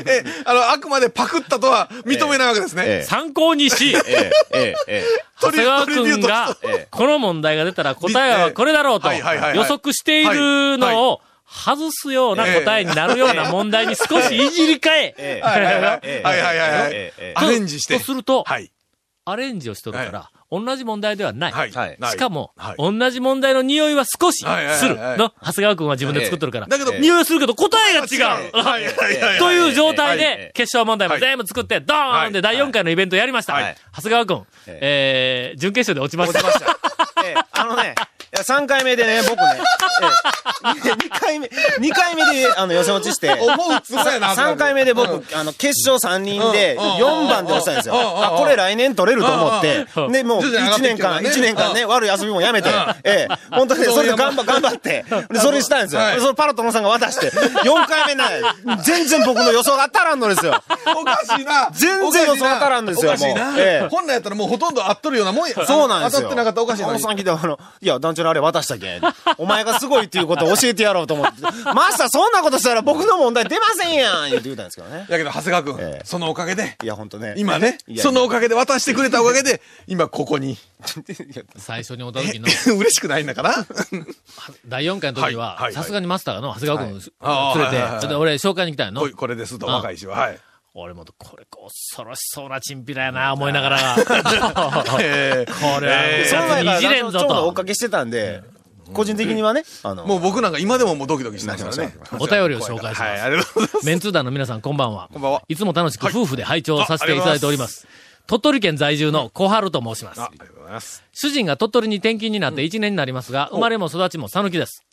Speaker 3: え、あの、あくまでパクったとは認めないわけですね。
Speaker 4: え
Speaker 1: 参考にし、
Speaker 4: ええええええ
Speaker 1: 長谷川君が
Speaker 4: トリビュートし、
Speaker 1: この問題が出たら答えはこれだろうと
Speaker 3: はいはいはいはい
Speaker 1: 予測しているのを外すような答えになるような問題に少しいじり替え、
Speaker 4: ええ
Speaker 3: はいはいはい
Speaker 4: ええ
Speaker 3: はいはいはいはい
Speaker 4: ええええ
Speaker 3: アレンジして
Speaker 1: とすると、
Speaker 3: はい。
Speaker 1: アレンジをしとるから、同じ問題ではない。
Speaker 3: はい。
Speaker 4: はい
Speaker 3: ない
Speaker 1: しかも、
Speaker 3: はい
Speaker 1: 同じ問題の匂いは少しする。
Speaker 3: はいはいはいはい
Speaker 1: の、長谷川くんは自分で作っとるから。
Speaker 3: ええだけど
Speaker 1: 匂いはするけど答えが違う。
Speaker 3: はいはいはいはい。
Speaker 1: という状態
Speaker 4: はい
Speaker 1: で、決勝問題も
Speaker 3: はい
Speaker 1: 全部作って、ドーンって第4回のイベントやりました。
Speaker 4: はい
Speaker 1: 長谷川くん、
Speaker 4: え
Speaker 1: えー、準決勝で落ちまし
Speaker 4: 落ち
Speaker 1: た。
Speaker 4: ました。ええあのね、いや3回目でね、僕ね、ええ、2回目、二回目であの予選落ちして、
Speaker 3: 思うつぼ やな。
Speaker 4: 3回目で僕、あの、決勝3人で、4番で落ちたんですよ。あ、これ来年取れると思って
Speaker 1: うん、
Speaker 4: で、もう
Speaker 3: 徐々に上がっ
Speaker 4: 1
Speaker 3: てきてる
Speaker 4: 年
Speaker 3: から
Speaker 4: 間、
Speaker 3: ね
Speaker 4: 一年間ね、悪い遊びもやめて、ええ、本当にね、それで頑張、頑張って、で、それしたんですよ
Speaker 3: は。い
Speaker 4: でそれパラトノさんが渡して、4回目ね、全然僕の予想が当たらんのですよ。
Speaker 3: おかしいな。
Speaker 4: 全然予想当たらんですよ
Speaker 3: おかしい
Speaker 4: も
Speaker 3: な
Speaker 4: うええ。
Speaker 3: 本来やったらもうほとんど合っとるようなもんや。
Speaker 4: そうなんで
Speaker 3: 当
Speaker 4: すよ。
Speaker 3: たってなかったらおかしい
Speaker 4: あ
Speaker 3: な
Speaker 4: の。さん聞いて、あの、いや、団長のあれ渡したけん。お前がすごいっていうことを教えてやろうと思って。マスター、そんなことしたら僕の問題出ませんやん言って言うたんですけどね。
Speaker 3: だけど、長谷川く
Speaker 4: え
Speaker 3: ん
Speaker 4: え、
Speaker 3: そのおかげで
Speaker 4: い、や、ほんとね。
Speaker 3: 今ね
Speaker 4: い、や
Speaker 3: そのおかげで渡してくれたおかげで、今ここに。
Speaker 1: 最初におった時の、
Speaker 3: 嬉しくないんだから。
Speaker 1: 第4回の時は
Speaker 3: はいはい、
Speaker 1: さすがにマスターがの、長谷川くん連れて、
Speaker 3: あーはいはいはい
Speaker 1: それで俺紹介に来たんやの
Speaker 3: こ。これですと、若いしは。はい。
Speaker 1: 俺も、これ、恐ろしそうなチンピラやな、思いながら。
Speaker 3: ええ
Speaker 1: これは
Speaker 3: ええ
Speaker 4: その前から
Speaker 1: いじれんぞと
Speaker 4: ちょうど追っかけしてたんで、個人的にはね、あの、
Speaker 3: もう僕なんか今でももうドキドキしてますからね。
Speaker 1: お便りを紹介します
Speaker 3: はい、ありがとうございます。
Speaker 1: メンツー団の皆さん、こんばんは。
Speaker 3: こんばんはい
Speaker 1: つも楽しく夫婦で拝聴させていただいております。鳥取県在住の小春と申します
Speaker 3: あ。ありがとうございます。
Speaker 1: 主人が鳥取に転勤になって1年になりますが、生まれも育ちも讃岐です。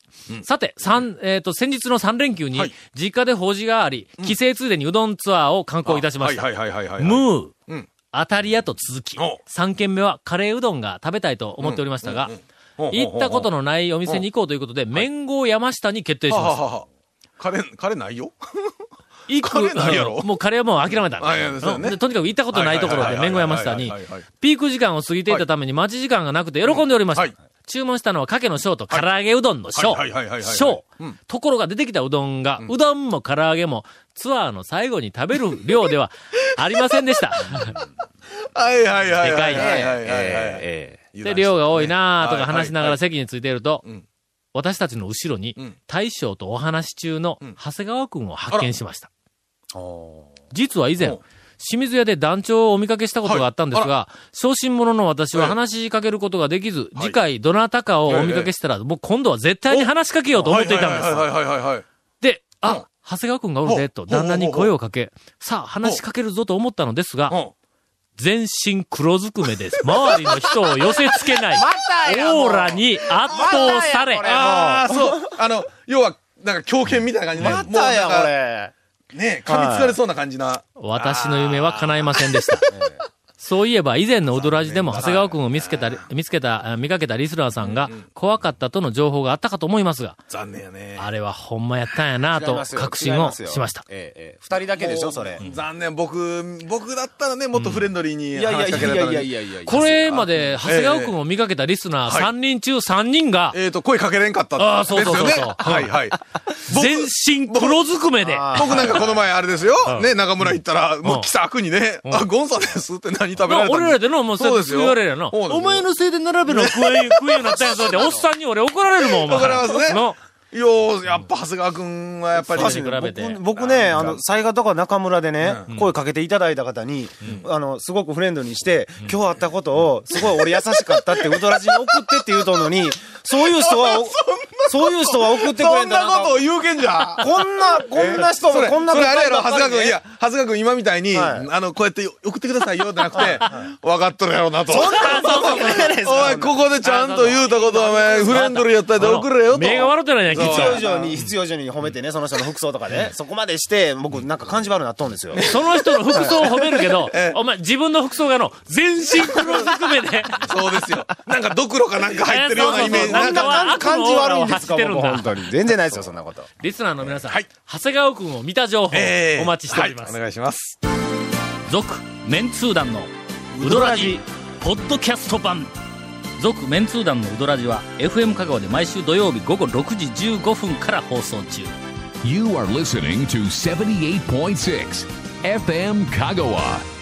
Speaker 1: さて、三、えっ、と、先日の3連休に
Speaker 3: はい、
Speaker 1: 実家で法事があり、帰省ついでにうどんツアーを観光いたしました。
Speaker 3: はいはいはいはいはい。
Speaker 1: ムー、
Speaker 3: うん
Speaker 1: アタリアと続き
Speaker 3: お、
Speaker 1: 3軒目はカレーうどんが食べたいと思っておりましたが、
Speaker 3: ほうほうほうほう
Speaker 1: 行ったことのないお店に行こうということで、麺号山下に決定し
Speaker 3: は
Speaker 1: ま
Speaker 3: は
Speaker 1: した。
Speaker 3: はは。 カレー、カレーないよ。
Speaker 1: 行く
Speaker 3: カレーないやろ
Speaker 1: もうカレーはもう諦めた
Speaker 3: あいやそうだ
Speaker 1: うん
Speaker 3: ね
Speaker 1: でとにかく行ったことないところ
Speaker 3: はい
Speaker 1: で、
Speaker 3: はいはい
Speaker 1: 麺小山下に
Speaker 3: はいはいはいはい、
Speaker 1: ピーク時間を過ぎていたために待ち時間がなくて喜んでおりました。
Speaker 3: はい
Speaker 1: 注文したのは、かけの小と唐揚げうどんの小
Speaker 3: はいはいはいはいはい。はい
Speaker 1: 小
Speaker 3: うん。
Speaker 1: ところが出てきたうどんが、うどんも唐揚げも、ツアーの最後に食べる量 ではありませんでした。
Speaker 3: はいはいはい。
Speaker 1: でかいね
Speaker 3: はいはい
Speaker 4: ええ
Speaker 3: はいはい。
Speaker 4: ええ
Speaker 1: で、量が多いなぁとか話しながら
Speaker 3: せ
Speaker 1: 席についていると
Speaker 3: うん、
Speaker 1: 私たちの後ろに
Speaker 3: うん、
Speaker 1: 大将とお話し中の
Speaker 3: ん
Speaker 1: 長谷川くんを発見しました。
Speaker 4: お
Speaker 1: 実は以前
Speaker 3: お、
Speaker 1: 清水屋で団長をお見かけしたことがあったんです
Speaker 3: はい
Speaker 1: が、昇進者の私は
Speaker 3: ええ
Speaker 1: 話しかけることができず、
Speaker 3: はい
Speaker 1: 次回どなたかをお見かけしたら、もう今度は絶対に話しかけようと思っていたんです。
Speaker 3: はいはいはいはいはい。
Speaker 1: で、
Speaker 3: うん
Speaker 1: あ、長谷川くんがおるで、
Speaker 3: お
Speaker 1: と旦那に声をかけ、さあ話しかけるぞと思ったのですが、
Speaker 3: うん
Speaker 1: 全身黒ずくめです。周りの人を寄せ付け ない。オーラに圧倒され。
Speaker 3: ああ、そう。 あの、要は、なんか狂犬みたいな感じで。
Speaker 4: またや、
Speaker 3: もうなん
Speaker 4: こ
Speaker 3: か
Speaker 4: れ。
Speaker 3: ね噛みつかれそうな感じな。
Speaker 1: 私の夢は叶いませんでした。そういえば以前のオドラジでも長谷川くんを見つけたり、見つけた、あ見かけたリスナーさんが怖かったとの情報があったかと思いますが、
Speaker 3: 残念やね。
Speaker 1: あれはほんまやったんやな
Speaker 4: 違い
Speaker 1: と
Speaker 4: ますよ
Speaker 1: 確信をしました。。
Speaker 4: 違いすよええええ二人だけでしょ、それ。
Speaker 3: もう残念。僕、僕だったらね、もっとフレンドリーに
Speaker 4: いやいや
Speaker 3: 話
Speaker 4: い
Speaker 3: しか
Speaker 4: やい
Speaker 3: けられた
Speaker 4: や
Speaker 3: の
Speaker 4: いや
Speaker 3: に。
Speaker 4: いやいや
Speaker 1: これまで長谷川くんを見かけたリスナー
Speaker 3: ええ
Speaker 1: 3人中3人が、
Speaker 3: えっと、声かけれんかった
Speaker 1: あー
Speaker 3: です
Speaker 1: そう
Speaker 3: よ
Speaker 1: そうそう
Speaker 3: ね。
Speaker 1: そう
Speaker 3: はいはい。僕
Speaker 1: 全身黒ずくめで、
Speaker 4: あ
Speaker 3: 僕なんかこの前あれですよ
Speaker 1: うん。
Speaker 3: ね、中村行ったら、も
Speaker 1: うん
Speaker 3: う気さくにね、
Speaker 1: ん
Speaker 3: あ、ゴンさんですって何食
Speaker 1: ま
Speaker 3: べられ
Speaker 1: あ
Speaker 3: たん
Speaker 1: 俺らでの、もう
Speaker 3: そうですよ
Speaker 1: 言われるやな。
Speaker 3: そうですよ
Speaker 1: お前のせいで並べの食え、食えようになったんやぞ って、おっさんに俺怒られるもん、お前。
Speaker 3: 怒られますね
Speaker 1: の
Speaker 3: よー、やっぱ長谷川くんはやっぱり。
Speaker 1: 確かに比べて
Speaker 4: 僕僕ね、あの、災害とか中村でね、声かけていただいた方に、あの、すごくフレンドにして、今日会ったことを、すごい俺優しかったって、ウドラジに送ってって言うとんのに、そういう 人は、おそういう人は送ってくれ
Speaker 3: そ
Speaker 4: ん
Speaker 3: ん
Speaker 4: だ
Speaker 3: な
Speaker 4: な。
Speaker 3: ことを言うけんじゃ
Speaker 4: こんな、こんな人
Speaker 3: そ
Speaker 4: も、
Speaker 3: れ、
Speaker 4: こんな
Speaker 3: それあれやろ、長谷川
Speaker 4: く
Speaker 3: 君、いや、長谷川君今みたいに、
Speaker 4: はい
Speaker 3: あの、こうやって送ってくださいよ、じ ゃなくて、分かっとるやろうなと。
Speaker 4: そんな、そんなことないです
Speaker 3: お前、ここでちゃんと言うたことは、お前、フレンドリーやったで送れよと。
Speaker 1: 目が悪くないやん、きっ
Speaker 3: そ
Speaker 1: と
Speaker 3: う
Speaker 4: 必要以上に、必要以上に褒めてね、その人の服装とかね、そこまでして、僕なんか感じ悪なっとんですよ。
Speaker 1: その人の服装を褒めるけど
Speaker 3: ええ、
Speaker 1: お前自分の服装がの、全身黒ずくめで、
Speaker 3: そうですよ。なんか、ドクロかなんか入ってるようなイメージ。
Speaker 1: そうそうそ
Speaker 3: な
Speaker 1: うんなん
Speaker 3: か、
Speaker 1: は悪のオーラを発してるんだ
Speaker 4: 僕本当に。全然ないですよ、そんなこと。
Speaker 1: リスナーの皆さん、長谷川くんを見た情報、
Speaker 3: ええ
Speaker 1: お待ちしております
Speaker 3: はいお。願いします。
Speaker 1: 続、メンツー団の、ウドラジ、ポッドキャスト版。続、メンツー団のウドラジは、FM 香川で毎週土曜日午後6時15分から放送中。
Speaker 2: You are listening to 78.6 FM Kagawa.